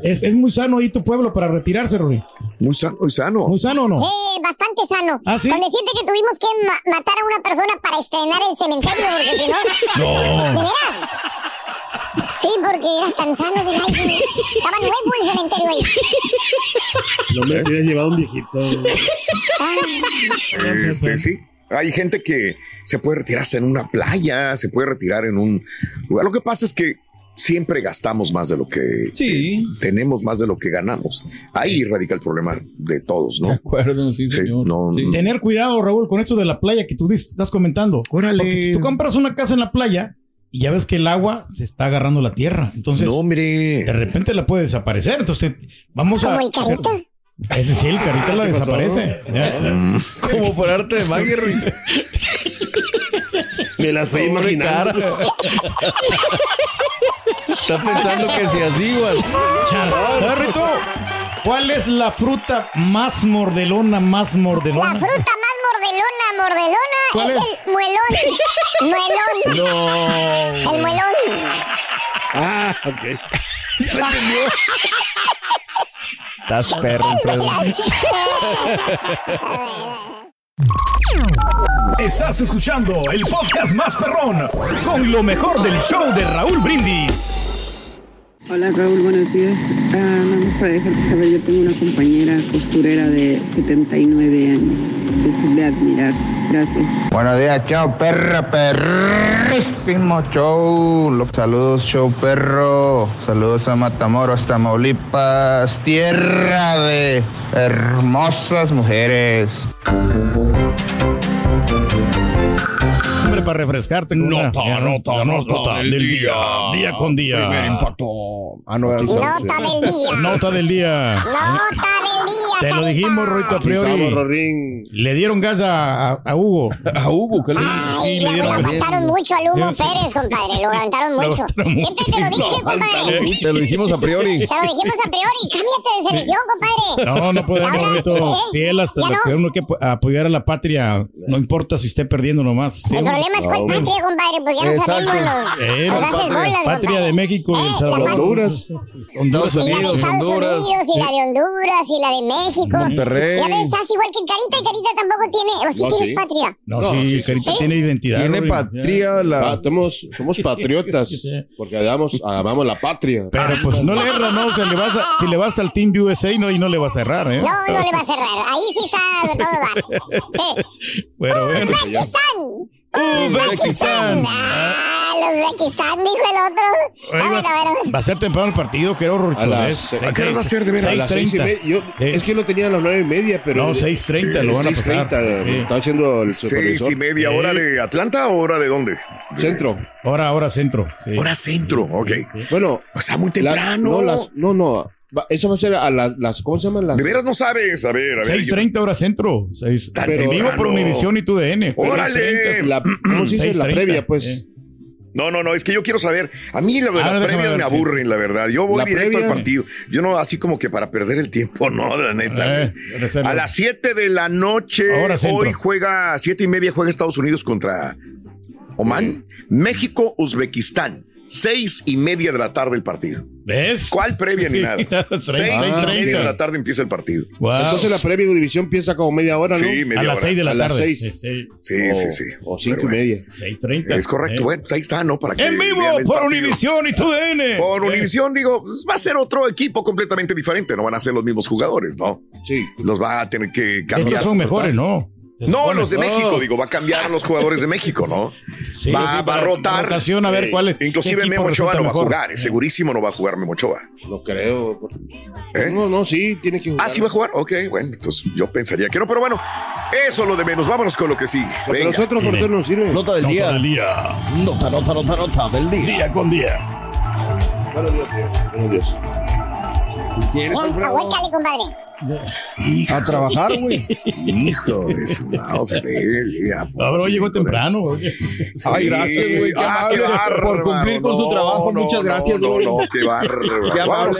Speaker 9: Es, es muy sano ahí tu pueblo para retirarse, Rui.
Speaker 1: Muy sano, muy sano.
Speaker 9: Muy sano o no.
Speaker 3: Sí, bastante sano.
Speaker 9: ¿Ah, sí?
Speaker 3: Con decirte que tuvimos que ma- matar a una persona para estrenar el cementerio, porque si no.
Speaker 9: No.
Speaker 3: Mira. Sí, porque era tan sano de aire. Estaba nuevo el cementerio ahí.
Speaker 2: No me hubieras llevado un viejito.
Speaker 1: Este, sí. Hay gente que se puede retirarse en una playa, se puede retirar en un lugar. Lo que pasa es que siempre gastamos más de lo que eh, tenemos, más de lo que ganamos. Ahí radica el problema de todos, ¿no? De
Speaker 4: acuerdo, sí,
Speaker 1: señor. No,
Speaker 9: Tener cuidado, Raúl, con esto de la playa que tú dis- estás comentando. Porque si tú compras una casa en la playa y ya ves que el agua se está agarrando la tierra, entonces
Speaker 1: No, hombre.
Speaker 9: de repente la puede desaparecer. Entonces, vamos a.
Speaker 3: Como el carita.
Speaker 9: Es decir, el carita la
Speaker 3: ¿Qué pasó?
Speaker 9: desaparece.
Speaker 4: Como por arte de magia, Rui.
Speaker 2: Me la estoy
Speaker 4: Pobre
Speaker 2: imaginando.
Speaker 4: cara. Estás pensando que si así, güey.
Speaker 9: ¿Sabes, Rito? ¿Cuál es la fruta más mordelona, más
Speaker 3: La
Speaker 9: mordelona?
Speaker 3: fruta más mordelona, mordelona
Speaker 9: ¿Cuál
Speaker 3: es,
Speaker 9: es?
Speaker 3: el muelón. muelón.
Speaker 9: No.
Speaker 3: El muelón.
Speaker 2: Ah, ok.
Speaker 4: Estás perro,
Speaker 11: Estás escuchando el podcast más perrón con lo mejor del show de Raúl Brindis.
Speaker 10: Hola Raúl, buenos días. Ah, nada más para dejarte saber, yo tengo una compañera costurera de 79 años. Es de admirarse. Gracias.
Speaker 12: Buenos días, chao perra, perrísimo show. Los saludos, show perro. Saludos a Matamoros, Tamaulipas, tierra de hermosas mujeres.
Speaker 9: Hombre, para refrescarte. con una- ya, la nota del día. Día con día.
Speaker 11: Primer impacto.
Speaker 9: Ah,
Speaker 11: Nota
Speaker 3: del día.
Speaker 9: Nota del día.
Speaker 3: Nota del día.
Speaker 9: Te lo dijimos, Roito, a
Speaker 3: Pisamos,
Speaker 9: priori. Le dieron gas a, a- a Hugo. A Hugo, que
Speaker 3: Ay, lo lo aguantaron mucho al humo
Speaker 9: Yo sí.
Speaker 3: Pérez, compadre. Lo aguantaron mucho. Siempre te lo dije, compadre.
Speaker 4: Te lo dijimos a priori.
Speaker 3: Te lo dijimos a priori. Cámbiate de selección, compadre. eh,
Speaker 9: No, no podemos, Rito. Fiel hasta
Speaker 3: ya
Speaker 9: lo
Speaker 3: no.
Speaker 9: que uno que ap- apoyar a la patria. No importa si esté perdiendo nomás.
Speaker 3: El problema es
Speaker 9: Ah,
Speaker 3: cuál patria, compadre, porque Pues ya no sabemos los.
Speaker 9: Eh,
Speaker 3: nos haces bolas,
Speaker 9: patria de México y El Salvador.
Speaker 3: Honduras.
Speaker 9: Honduras.
Speaker 3: Y la de Estados Unidos, y la de Honduras, y la de México.
Speaker 9: Monterrey.
Speaker 3: Ya ves, estás igual que Carita, y Carita tampoco tiene, o sí
Speaker 9: No,
Speaker 3: tienes
Speaker 9: sí.
Speaker 3: patria.
Speaker 9: No, sí, Carita tiene identidad.
Speaker 13: Tiene
Speaker 9: Rory.
Speaker 13: patria. La... Somos, Ah, somos patriotas. Porque amamos, amamos la patria.
Speaker 9: Pero pues no le erra, no. O sea, le vas a- si le vas al Team USA, no, y no le vas a errar, ¿eh?
Speaker 3: No, no le va a cerrar. Ahí sí está de todo dar.
Speaker 9: Bueno, bueno.
Speaker 3: ¡Uzbekistán!
Speaker 9: Uzbekistán.
Speaker 3: ¡Ah, los Uzbekistán! Dijo el otro.
Speaker 9: Oye, va, a- va a ser temprano el partido, que horror.
Speaker 13: A las- ¿a qué hora va a ser, de veras? A las seis y media. Yo- es que lo tenía a las nueve y media, pero.
Speaker 9: No, 6:30 lo van a pasar.
Speaker 13: 6:30,
Speaker 9: Sí.
Speaker 13: me Estaba haciendo el
Speaker 1: ¿Seis y media hora de Atlanta o hora de dónde?
Speaker 13: Centro.
Speaker 9: Hora, hora centro. sí.
Speaker 1: Hora centro, ok.
Speaker 13: Bueno.
Speaker 1: O sea, muy
Speaker 13: la-
Speaker 1: temprano.
Speaker 13: no, las- no, no. Va- Eso va a ser a las. las ¿Cómo se llaman las?
Speaker 1: De veras no sabes. A ver, a ver. yo-
Speaker 9: 6.30 hora centro. Seis-
Speaker 13: Tan
Speaker 9: en vivo por
Speaker 13: temprano.
Speaker 9: Univisión y Pues, tu DN.
Speaker 1: ¡Órale!
Speaker 9: eh.
Speaker 1: Pues, No, no, no, es que yo quiero saber. A mí la,
Speaker 9: Ah,
Speaker 1: las
Speaker 9: déjame
Speaker 1: previas
Speaker 9: ver,
Speaker 1: me
Speaker 9: sí,
Speaker 1: aburren,
Speaker 9: sí.
Speaker 1: la verdad. Yo voy
Speaker 9: La
Speaker 1: directo
Speaker 9: previa.
Speaker 1: al partido. Yo no, así como que para perder el tiempo, no, la neta.
Speaker 9: Eh, reserva.
Speaker 1: a las 7 de la noche,
Speaker 9: Ahora centro.
Speaker 1: hoy juega, a 7 y media juega Estados Unidos contra Oman. México, Uzbekistán. Seis y media de la tarde el partido. ¿Ves? ¿Cuál previa ni
Speaker 13: Sí,
Speaker 1: nada?
Speaker 13: las
Speaker 1: 6
Speaker 13: treinta. Ah,
Speaker 1: de
Speaker 13: ok.
Speaker 1: la tarde empieza el partido.
Speaker 13: Entonces la previa Univisión empieza como media hora, ¿no?
Speaker 1: Sí, media hora.
Speaker 13: seis
Speaker 1: A las
Speaker 13: seis.
Speaker 1: seis. Sí,
Speaker 13: O-
Speaker 1: sí, sí.
Speaker 13: O cinco
Speaker 1: Pero
Speaker 13: y media.
Speaker 9: 6.30.
Speaker 1: Es correcto, bueno, pues ahí está, ¿no? Para que
Speaker 13: En vivo,
Speaker 1: vean el
Speaker 13: por
Speaker 1: partido.
Speaker 9: Univisión y TUDN.
Speaker 1: Por
Speaker 13: Eh.
Speaker 1: Univisión, digo, pues, va a ser otro equipo completamente diferente. No van a ser los mismos jugadores, ¿no?
Speaker 13: Sí.
Speaker 1: Los va a tener que cambiar.
Speaker 9: Estos son mejores, ¿no? Se
Speaker 1: No,
Speaker 9: supone.
Speaker 1: los de
Speaker 9: No.
Speaker 1: México, digo, va a cambiar a los jugadores de México, ¿no?
Speaker 9: Sí, sí,
Speaker 1: va, va a
Speaker 9: para
Speaker 1: rotar.
Speaker 9: rotación, a ver
Speaker 1: Eh,
Speaker 9: cuál es-
Speaker 1: Inclusive
Speaker 9: qué equipo
Speaker 1: Memo Ochoa
Speaker 9: resulta
Speaker 1: no va a
Speaker 9: mejor.
Speaker 1: jugar, es segurísimo no va a jugar Memo Ochoa.
Speaker 13: Lo creo. No, no, sí, tiene que jugar.
Speaker 1: ¿Eh? Ah, sí va a jugar. Ok, bueno, entonces yo pensaría que no, pero bueno, eso es lo de menos. Vámonos con lo que sigue.
Speaker 13: Porque
Speaker 1: Venga.
Speaker 13: nosotros, ¿por qué no nos sirve?
Speaker 4: Nota del día. Nota, nota, nota, nota del día. Día
Speaker 13: con día. Buenos días, señor. Buenos días.
Speaker 3: Ya, aguántale, compadre.
Speaker 4: A trabajar, güey.
Speaker 1: Hijo de su mouse,
Speaker 9: Cabrón, Ah, llegó temprano. oye.
Speaker 4: Ay, gracias, güey. Qué
Speaker 9: Ah,
Speaker 4: amable
Speaker 9: qué bárbaro,
Speaker 4: por cumplir con su
Speaker 9: no,
Speaker 4: trabajo.
Speaker 9: no,
Speaker 4: Muchas gracias,
Speaker 1: no,
Speaker 4: güey.
Speaker 1: no, qué bárbaro.
Speaker 4: Qué amable.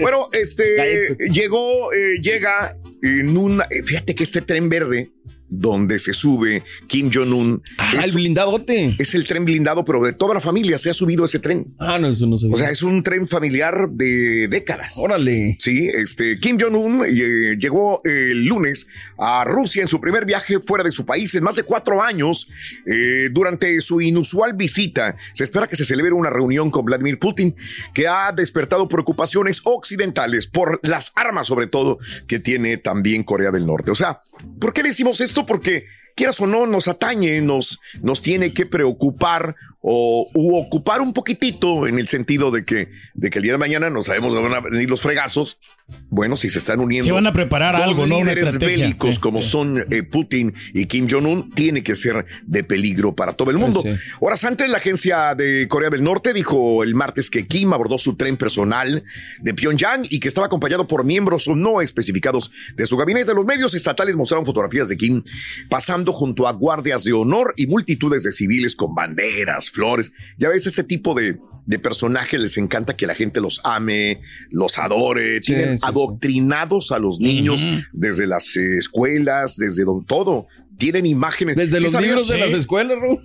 Speaker 1: Bueno, este llegó, eh, llega en una. eh, Fíjate que este tren verde donde se sube Kim Jong-un.
Speaker 4: Ah, el
Speaker 1: blindadote. Es el tren blindado, pero de toda la familia se ha subido ese tren.
Speaker 4: Ah, no, eso no se
Speaker 1: O sea, es un tren familiar de décadas.
Speaker 4: Órale.
Speaker 1: Sí, este Kim Jong-un eh, llegó el lunes a Rusia en su primer viaje fuera de su país en más de cuatro años. Eh, durante su inusual visita, se espera que se celebre una reunión con Vladimir Putin que ha despertado preocupaciones occidentales por las armas, sobre todo, que tiene también Corea del Norte. O sea, ¿por qué decimos esto? Porque quieras o no, nos atañe, nos, nos tiene que preocupar o u ocupar un poquitito en el sentido de que, de que el día de mañana no sabemos dónde van a venir los fregazos. Bueno, si se están uniendo.
Speaker 9: Se van a preparar
Speaker 1: dos
Speaker 9: algo, ¿no? Una
Speaker 1: líderes
Speaker 9: estrategia,
Speaker 1: bélicos
Speaker 9: sí.
Speaker 1: como son eh, Putin y Kim Jong-un, tiene que ser de peligro para todo el mundo.
Speaker 4: Sí.
Speaker 1: Horas antes, la agencia de Corea del Norte dijo el martes que Kim abordó su tren personal de Pyongyang y que estaba acompañado por miembros no especificados de su gabinete. Los medios estatales mostraron fotografías de Kim pasando junto a guardias de honor y multitudes de civiles con banderas, flores. Ya ves, este tipo de, de personajes les encanta que la gente los ame, los adore,
Speaker 4: Sí,
Speaker 1: tienen
Speaker 4: sí, sí.
Speaker 1: adoctrinados a los niños
Speaker 4: Ujú.
Speaker 1: desde las eh, escuelas, desde don- todo. Tienen imágenes.
Speaker 4: Desde
Speaker 1: ¿Sí
Speaker 4: los
Speaker 1: sabías?
Speaker 4: libros de las
Speaker 1: Sí.
Speaker 4: escuelas, Ru.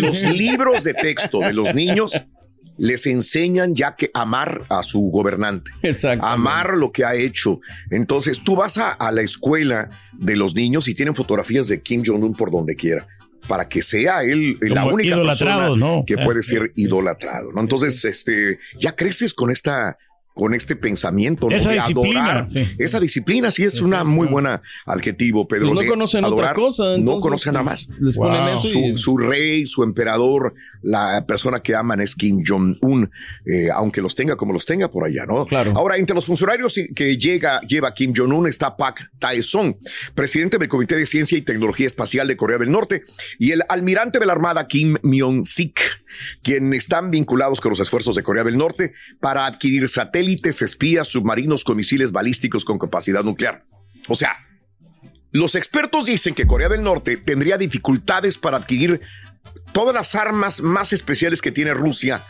Speaker 1: los libros de texto de los niños les enseñan ya que amar a su gobernante, amar lo que ha hecho. Entonces tú vas a, a la escuela de los niños y tienen fotografías de Kim Jong-un por donde quiera para que sea él eh, la
Speaker 9: Como
Speaker 1: única persona
Speaker 9: idolatrado, ¿no?
Speaker 1: que
Speaker 9: Ah,
Speaker 1: puede ser idolatrado. ¿no? Entonces, este, ya creces con esta con este pensamiento ¿no?
Speaker 9: Esa
Speaker 1: de
Speaker 9: disciplina,
Speaker 1: adorar.
Speaker 9: sí.
Speaker 1: Esa disciplina sí es una muy buena adjetivo, Pedro.
Speaker 4: Pues no
Speaker 1: de
Speaker 4: conocen otra
Speaker 1: adorar.
Speaker 4: cosa,
Speaker 1: No
Speaker 4: entonces,
Speaker 1: conocen nada más.
Speaker 4: les ponen eso y-
Speaker 1: Su, su rey, su emperador, la persona que aman es Kim Jong-un, eh, aunque los tenga como los tenga por allá, ¿no? Claro. Ahora, entre los funcionarios que llega, lleva Kim Jong-un está Pak Tae-sung, presidente del Comité de Ciencia y Tecnología Espacial de Corea del Norte, y el almirante de la Armada Kim Myong-sik, quienes están vinculados con los esfuerzos de Corea del Norte para adquirir satélites, espías, submarinos con misiles balísticos con capacidad nuclear. O sea, los expertos dicen que Corea del Norte tendría dificultades para adquirir todas las armas más especiales que tiene Rusia,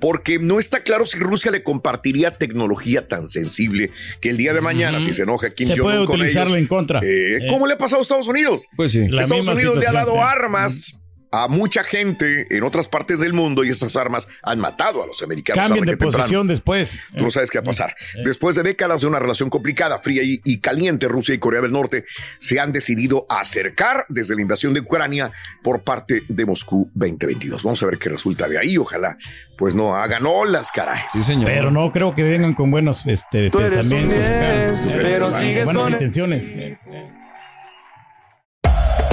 Speaker 1: porque no está claro si Rusia le compartiría tecnología tan sensible que el día de mañana, si se enoja Kim
Speaker 9: Se puede
Speaker 1: Jong-un con
Speaker 9: utilizarla
Speaker 1: ellos,
Speaker 9: en contra.
Speaker 1: eh, ¿Cómo le ha pasado a Estados Unidos?
Speaker 4: Pues sí.
Speaker 9: La
Speaker 1: Estados
Speaker 9: misma
Speaker 1: Unidos le ha dado
Speaker 9: situación, sí.
Speaker 1: armas a mucha gente en otras partes del mundo y esas armas han matado a los americanos.
Speaker 9: Cambian de
Speaker 1: tarde que temprano.
Speaker 9: posición después.
Speaker 1: Tú no sabes qué va a pasar. Después de décadas de una relación complicada, fría y, y caliente, Rusia y Corea del Norte se han decidido acercar desde la invasión de Ucrania por parte de Moscú 2022. Vamos a ver qué resulta de ahí. Ojalá, pues no hagan olas, caray.
Speaker 4: Sí, señor.
Speaker 9: Pero no creo que vengan con buenos este,
Speaker 1: Tú eres un
Speaker 9: pensamientos. acá.
Speaker 1: diez, pero
Speaker 9: Buenas
Speaker 1: sigues con-
Speaker 9: intenciones.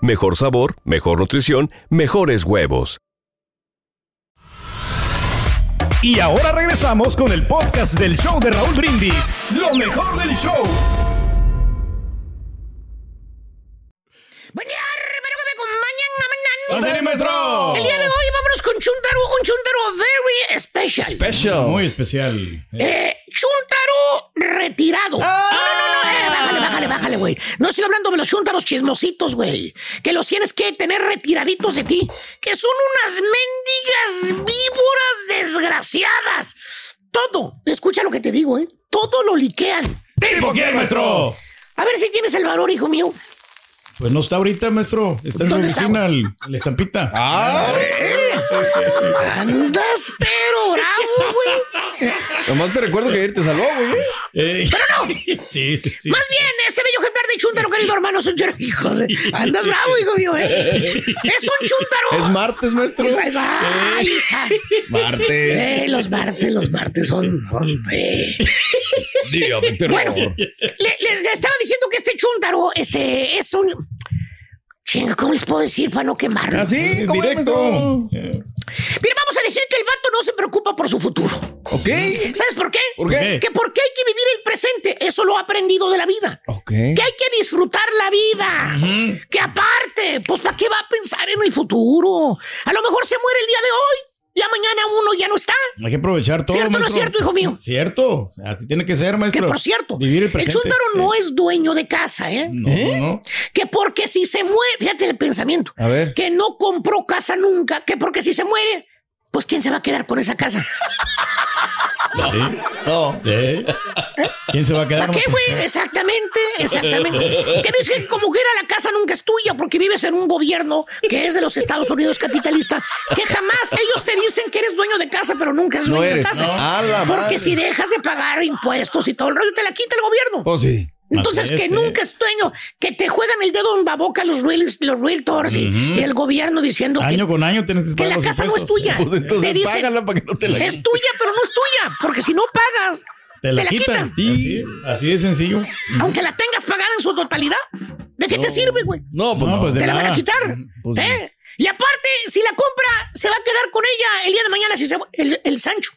Speaker 14: mejor sabor, mejor nutrición, mejores huevos.
Speaker 11: Y ahora regresamos con el podcast del show de Raúl Brindis. Lo mejor del show.
Speaker 15: ¡Ándale, maestro! El día de hoy vámonos con Chuntaro, un Chuntaro very special.
Speaker 9: Special. Muy especial.
Speaker 15: Eh, Chuntaro retirado. No, no, no, no. eh, bájale, bájale, bájale, güey. No estoy hablando de los Chuntaros chismositos, güey. Que los tienes que tener retiraditos de ti. Que son unas mendigas víboras desgraciadas. Todo. Escucha lo que te digo, ¿eh? Todo lo liquean.
Speaker 11: ¿Tipo quién, maestro?
Speaker 15: A ver si tienes el valor, hijo mío.
Speaker 9: Pues no está ahorita, maestro. Está en la
Speaker 15: ¿Dónde está,
Speaker 9: oficina, el, la estampita.
Speaker 4: ¡Ah!
Speaker 15: Andas pero bravo, güey.
Speaker 4: Nomás te recuerdo que ayer te salvó, güey.
Speaker 15: Pero no.
Speaker 9: Eh, Sí, sí, sí.
Speaker 15: Más bien, este bello ejemplar de chuntaro, querido hermano, es un chuntaro. Hijo de... Andas bravo, hijo mío, ¿eh? Es un chuntaro.
Speaker 4: Es martes, maestro.
Speaker 15: Ahí va, ahí está.
Speaker 4: Martes.
Speaker 15: Eh, los martes, los martes son... son eh.
Speaker 4: Día de terror.
Speaker 15: Bueno, le- les estaba diciendo que este chuntaro este, es un... Chinga, ¿cómo les puedo decir para no quemarlo?
Speaker 4: ¿Ah, sí? Eh. ¿Cómo es, maestro?
Speaker 15: Mira, vamos a decir que el vato no se preocupa por su futuro.
Speaker 4: Ok.
Speaker 15: ¿Sabes por qué?
Speaker 4: ¿Por qué?
Speaker 15: Que porque hay que vivir el presente. Eso lo ha aprendido de la vida.
Speaker 4: Ok.
Speaker 15: Que hay que disfrutar la vida. Que aparte, pues ¿para qué va a pensar en el futuro? A lo mejor se muere el día de hoy. Ya mañana uno ya no está.
Speaker 9: Hay que aprovechar todo.
Speaker 15: ¿Cierto o no es
Speaker 9: maestro.
Speaker 15: cierto, hijo mío?
Speaker 9: Cierto. Así tiene que ser,
Speaker 15: Que
Speaker 9: maestro.
Speaker 15: por cierto,
Speaker 9: vivir el
Speaker 15: el
Speaker 9: presente. Eh,
Speaker 15: chúndaro no es dueño de casa, ¿eh?
Speaker 9: No,
Speaker 15: ¿Eh?
Speaker 9: no, no.
Speaker 15: Que porque si se muere, fíjate el pensamiento,
Speaker 9: A ver.
Speaker 15: que no compró casa nunca, que porque si se muere, pues quién se va a quedar con esa casa.
Speaker 9: Sí. Sí. ¿Quién se va a quedar?
Speaker 15: ¿Para qué,
Speaker 9: maestro?
Speaker 15: güey? Exactamente, exactamente. Que dice que como quiera la casa nunca es tuya porque vives en un gobierno que es de los Estados Unidos capitalista, que jamás ellos te dicen que eres dueño de casa, pero nunca es
Speaker 4: No
Speaker 15: dueño de
Speaker 4: eres,
Speaker 15: casa.
Speaker 4: no. A la
Speaker 15: porque
Speaker 4: madre.
Speaker 15: si dejas de pagar impuestos y todo el rollo, te la quita el gobierno.
Speaker 4: Oh, sí.
Speaker 15: Entonces,
Speaker 4: Así es,
Speaker 15: que
Speaker 4: sí.
Speaker 15: nunca es dueño, que te juegan el dedo en baboca los realtors los realtors y-
Speaker 9: Ujú.
Speaker 15: y el gobierno diciendo que-
Speaker 9: Año con año tienes que
Speaker 15: que,
Speaker 9: pagar
Speaker 15: la
Speaker 9: los
Speaker 15: casa no es
Speaker 9: impuestos.
Speaker 15: tuya.
Speaker 9: Pues entonces
Speaker 15: te dicen,
Speaker 9: págala para que no te la
Speaker 15: es
Speaker 9: quiten.
Speaker 15: tuya, pero no es tuya, porque si no pagas,
Speaker 9: Te la quitan. Así, así de sencillo.
Speaker 15: aunque la tengas pagada en su totalidad, ¿de qué te sirve, güey?
Speaker 4: No, pues
Speaker 9: No,
Speaker 4: no.
Speaker 9: pues de
Speaker 15: Te la van a
Speaker 9: nada.
Speaker 15: quitar.
Speaker 4: Pues
Speaker 15: ¿eh? Y aparte, si la compra, se va a quedar con ella el día de mañana si se mu- el, el Sancho.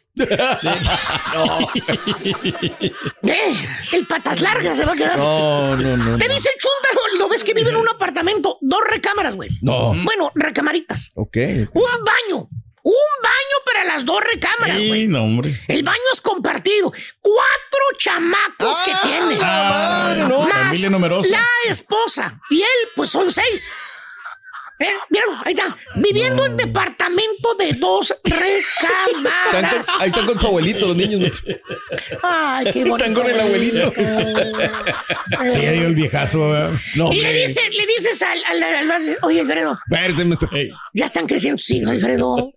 Speaker 15: ¿eh? El patas largas se va a quedar.
Speaker 4: No, no, no.
Speaker 15: Te
Speaker 4: no.
Speaker 15: dice el chúndaro, lo ves que vive en un apartamento, dos recámaras, güey.
Speaker 4: No.
Speaker 15: Bueno, recamaritas.
Speaker 4: Ok.
Speaker 15: Un baño. Un baño para las dos recámaras, güey.
Speaker 9: Sí, no, hombre.
Speaker 15: El baño es compartido. Cuatro chamacos
Speaker 4: Ah,
Speaker 15: que tiene.
Speaker 9: madre, no.
Speaker 15: Más
Speaker 9: Familia numerosa.
Speaker 15: La esposa y él, pues son seis. ¿Eh? Míralo, ahí está. Viviendo en departamento de dos
Speaker 4: Están
Speaker 15: recámaras.
Speaker 4: con- ahí están con su abuelito, los niños. maestro.
Speaker 15: Ay, qué bonito.
Speaker 4: Están con el abuelito.
Speaker 9: Sí, ahí el viejazo. ¿verdad? No,
Speaker 15: y le,
Speaker 9: hombre.
Speaker 15: dice, le dices al, al- al- al- Oye, Alfredo,
Speaker 4: Espérate, maestro. Ey.
Speaker 15: ya están creciendo tus hijos, Alfredo.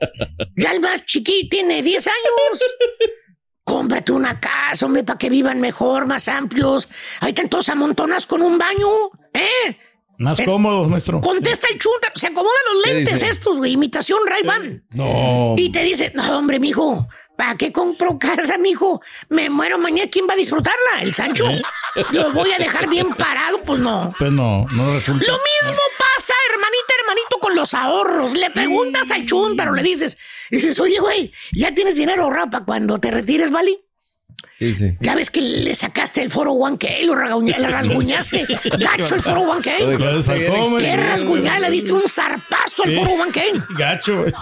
Speaker 15: Ya el más chiquito tiene 10 años. Cómprate una casa, hombre, para que vivan mejor, más amplios. Ahí están todos amontonados con un baño. ¿Eh?
Speaker 9: Más cómodos, maestro.
Speaker 15: Contesta el chunta. Se acomodan los
Speaker 9: ¿Qué
Speaker 15: lentes
Speaker 9: dice?
Speaker 15: estos, güey. Imitación ray
Speaker 9: No.
Speaker 15: Y te dice, no, hombre, mijo, ¿para qué compro casa, mijo? Me muero mañana. ¿Quién va a disfrutarla? ¿El Sancho?
Speaker 9: ¿Eh?
Speaker 15: ¿Lo voy a dejar bien parado? Pues no.
Speaker 9: Pues no, no resulta.
Speaker 15: Lo mismo pasa, hermanita, hermanito, con los ahorros. Le preguntas al chuntaro, le dices, dices, oye, güey, ¿ya tienes dinero ahorrado para cuando te retires, Vali?
Speaker 4: Sí, sí.
Speaker 15: Ya ves que le sacaste el foro 1K, lo rasguña- le rasguñaste, gacho el foro 1K.
Speaker 4: Oye, Lo desfalcó, hombre.
Speaker 15: Qué rasguñada, le diste un zarpazo al
Speaker 9: Sí.
Speaker 15: foro 1K.
Speaker 9: Gacho. güey.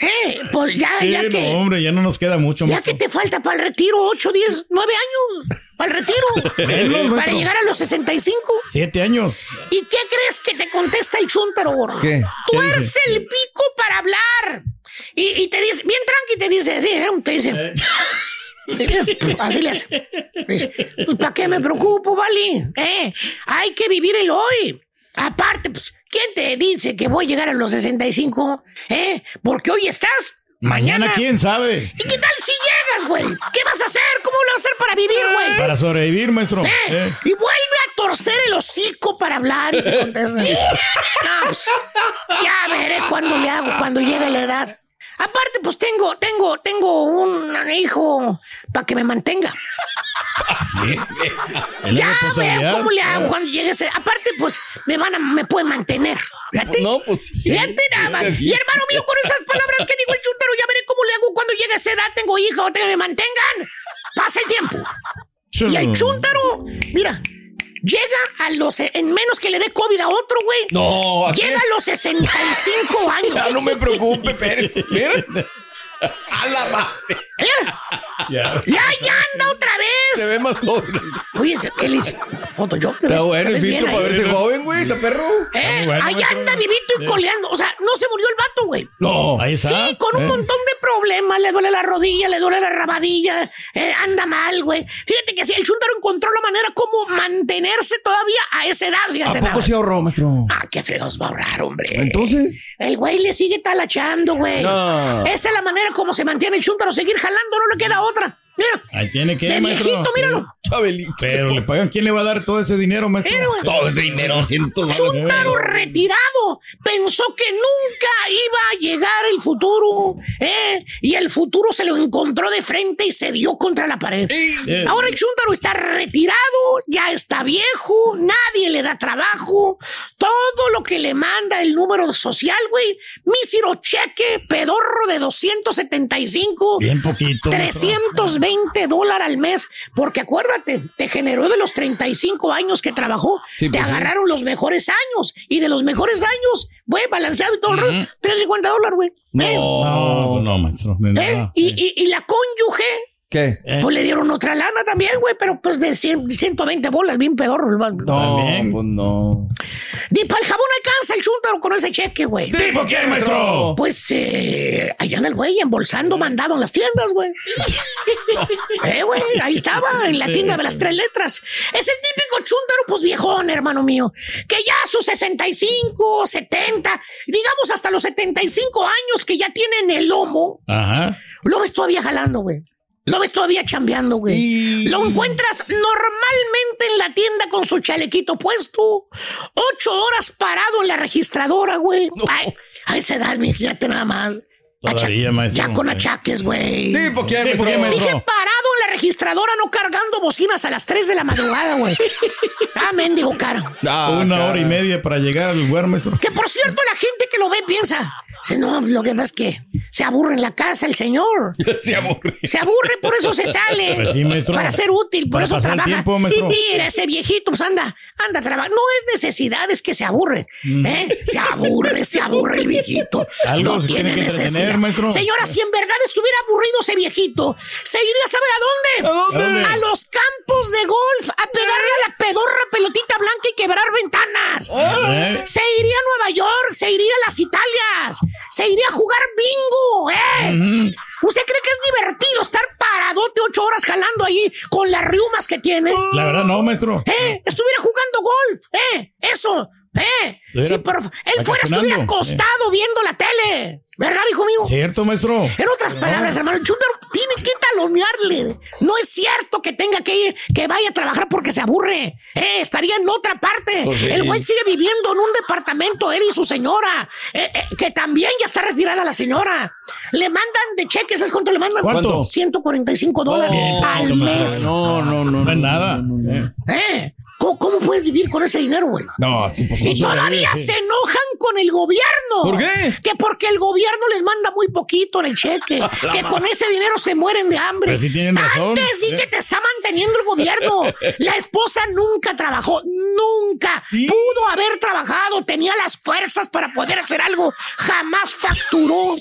Speaker 15: Eh, pues ya,
Speaker 9: Sí,
Speaker 15: ya
Speaker 9: no,
Speaker 15: que...
Speaker 9: hombre, ya no nos queda mucho.
Speaker 15: Ya
Speaker 9: maestro.
Speaker 15: que te falta para el retiro, 8, 10, 9 años. Para el
Speaker 9: Menos,
Speaker 15: retiro. para
Speaker 9: maestro.
Speaker 15: llegar a los 65.
Speaker 9: Siete años.
Speaker 15: ¿Y qué crees que te contesta el chuntaro? gordo?
Speaker 9: ¿Qué?
Speaker 15: Tuerce el pico para hablar. Y, y te dice, bien tranqui, te dice, sí, ¿eh? te dice. Sí, Así le hace. Eh, ¿Para qué me preocupo, Vali? ¿Eh? Hay que vivir el hoy. Aparte, pues, ¿Quién te dice que voy a llegar a los 65? ¿Eh? Porque hoy estás.
Speaker 9: Mañana, quién sabe.
Speaker 15: ¿Y qué tal si llegas, güey? ¿Qué vas a hacer? ¿Cómo lo vas a hacer para vivir, güey?
Speaker 9: Para sobrevivir, maestro.
Speaker 15: ¿Eh?
Speaker 9: Eh.
Speaker 15: Y vuelve a torcer el hocico para hablar y te contestan. No, pues, ya veré cuándo le hago, cuando llegue la edad. Aparte, pues tengo, tengo, tengo un hijo para que me mantenga.
Speaker 9: Es la
Speaker 15: Ya
Speaker 9: responsabilidad.
Speaker 15: veo cómo le hago
Speaker 4: Ah.
Speaker 9: Claro.
Speaker 15: cuando llegue ese. Aparte, pues me van a, me pueden mantener. Fíjate.
Speaker 9: No, pues, sí.
Speaker 15: Fíjate nada más.
Speaker 9: Está bien.
Speaker 15: Y hermano mío, con esas palabras que dijo el chuntaro, ya veré cómo le hago cuando llegue esa edad. Tengo hijo, que me mantengan. Pasa el tiempo. Y el chuntaro, mira, llega a los. En menos que le dé COVID a otro, güey.
Speaker 4: No, ¿a qué?
Speaker 15: Llega a los 65 años.
Speaker 4: Ya no me preocupe, Pérez. Mira. A la madre. Ya.
Speaker 15: Ya, ya anda otra vez.
Speaker 4: Se ve más joven.
Speaker 15: Oye, ¿qué le hice? Foto yo.
Speaker 4: Está bueno el filtro para verse joven, güey. Está perro.
Speaker 15: Eh, ahí anda vivito y coleando. O sea, no se murió el vato, güey.
Speaker 9: No, ahí está.
Speaker 15: Sí, con un
Speaker 9: Eh.
Speaker 15: montón de problemas. Le duele la rodilla, le duele la rabadilla. eh, anda mal, güey. Fíjate que sí, el Chuntaro encontró la manera como mantenerse todavía a esa edad. Fíjate
Speaker 4: ¿A poco
Speaker 15: nada.
Speaker 4: se ahorró, maestro?
Speaker 15: Ah, qué fregos va a ahorrar, hombre.
Speaker 4: Entonces.
Speaker 15: El güey le sigue talachando, güey.
Speaker 4: No.
Speaker 15: Esa es la manera como se mantiene el Chuntaro. Seguir jalando, no le queda otra. Mira.
Speaker 9: Ahí tiene que
Speaker 15: De
Speaker 9: ir, maestro.
Speaker 15: viejito, míralo.
Speaker 4: Chabelito.
Speaker 9: Pero le pagan. ¿Quién le va a dar todo ese dinero, maestro?
Speaker 15: Mira, güey. Todo ese
Speaker 9: dinero, ciento
Speaker 15: Chuntaro retirado pensó que nunca iba a llegar el futuro, ¿eh? Y el futuro se lo encontró de frente y se dio contra la pared.
Speaker 8: Eh.
Speaker 15: Ahora el Chuntaro está retirado, ya está viejo, nadie le da trabajo, todo lo que le manda el número social, güey, mísero cheque, pedorro de 275.
Speaker 9: Bien poquito. maestro.
Speaker 15: 320 dólares al mes, porque acuérdate, te generó de los 35 años que trabajó,
Speaker 4: Sí,
Speaker 15: te
Speaker 4: pues, sí.
Speaker 15: agarraron los mejores años y de los mejores años, güey, balanceado y todo el rollo, 350 dólares, güey.
Speaker 9: No, pues no, maestro. de
Speaker 15: ¿Eh?
Speaker 9: nada.
Speaker 15: Y, y- y la cónyuge,
Speaker 4: ¿Qué?
Speaker 15: pues le dieron otra lana también, güey, pero pues de 100 120 bolas, bien pedorro. el vato.
Speaker 4: No, pues no.
Speaker 15: Ni para el jabón alcanza el chúntaro con ese cheque, güey.
Speaker 9: ¿Tipo qué, maestro?
Speaker 15: Pues eh, allá anda el güey embolsando mandado en las tiendas, güey. eh, güey, ahí estaba, en la tienda de las tres letras. Es el típico chúntaro, pues viejón, hermano mío, que ya a sus 65, 70, digamos hasta los 75 años que ya tiene en el lomo,
Speaker 9: Ajá.
Speaker 15: lo ves todavía jalando, güey. Lo ves todavía chambeando, güey. Lo encuentras normalmente en la tienda con su chalequito puesto. Ocho horas parado en la registradora, güey. Ay, A esa edad, mi fíjate nada más.
Speaker 9: Todavía, maestro.
Speaker 15: Ya con achaques, güey.
Speaker 4: ¿Tipo qué,
Speaker 9: ¿Tipo qué,
Speaker 15: Dije
Speaker 9: maestro?
Speaker 15: parado en la registradora, no cargando bocinas a las 3 de la madrugada, güey. Ah, mendigo cara.
Speaker 4: Ah,
Speaker 9: Una hora y media para llegar al lugar, maestro.
Speaker 15: Que por cierto, la gente que lo ve piensa. "Se- No, lo que pasa es que se aburre en la casa el señor.
Speaker 4: Se aburre.
Speaker 15: Se aburre, por eso se sale.
Speaker 9: Pues sí, maestro.
Speaker 15: Para ser útil, por
Speaker 9: Para
Speaker 15: eso
Speaker 9: pasar el
Speaker 15: trabaja.
Speaker 9: tiempo, maestro.
Speaker 15: Y mira, ese viejito, pues anda, anda, trabaja. No es necesidad, es que se aburre. ¿eh? Se aburre, se aburre el viejito.
Speaker 9: Mm. Algo
Speaker 15: no
Speaker 9: se tiene
Speaker 15: tiene
Speaker 9: que entretener,
Speaker 15: necesidad.
Speaker 9: maestro.
Speaker 15: Señora, si en verdad estuviera aburrido ese viejito, se iría, ¿sabe a dónde?
Speaker 9: ¿A dónde?
Speaker 15: A los campos de golf, a pegarle a la pedorra pelotita blanca y quebrar ventanas.
Speaker 9: ¿Eh?
Speaker 15: Se iría a Nueva York, se iría a las Italias, se iría a jugar bingo, ¿eh? ¿Usted cree que es divertido estar paradote ocho horas jalando ahí con las riumas que tiene?
Speaker 9: La verdad, no, maestro.
Speaker 15: ¿Eh? Estuviera jugando golf, ¿eh? Eso, ¿eh?
Speaker 9: Estuviera
Speaker 15: Si por- él fuera,
Speaker 9: vacacionando,
Speaker 15: estuviera
Speaker 9: eh.
Speaker 15: acostado viendo la tele, ¿verdad, hijo mío?
Speaker 9: Cierto, maestro.
Speaker 15: En otras palabras, hermano, el chúntaro tiene que talonearle. No es cierto que tenga que ir, que vaya a trabajar porque se aburre. Eh, estaría en otra parte.
Speaker 4: Pues sí.
Speaker 15: El güey sigue viviendo en un departamento, él y su señora, eh, eh, que también ya está retirada la señora. Le mandan de cheques, ¿sabes cuánto le mandan?
Speaker 9: ¿Cuánto?
Speaker 15: 145 dólares al mes.
Speaker 9: No, no, no. No es nada.
Speaker 15: Eh, ¿Cómo, cómo puedes vivir con ese dinero, güey?
Speaker 9: No, sí, pues,
Speaker 15: Y
Speaker 9: no
Speaker 15: todavía
Speaker 9: sobrevive, sí.
Speaker 15: se enojan con el gobierno.
Speaker 4: ¿Por qué?
Speaker 15: Que porque el gobierno les manda muy poquito en el cheque.
Speaker 9: la
Speaker 15: que
Speaker 9: ma-
Speaker 15: con ese dinero se mueren de hambre.
Speaker 9: Pero sí tienen razón.
Speaker 15: Antes sí que te está manteniendo el gobierno. La esposa nunca trabajó, nunca. Pudo haber trabajado, tenía las fuerzas para poder hacer algo. Jamás facturó,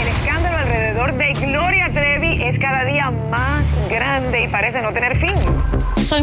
Speaker 16: El escándalo alrededor de Gloria Trevi es cada día más grande y parece no tener fin.
Speaker 17: Soy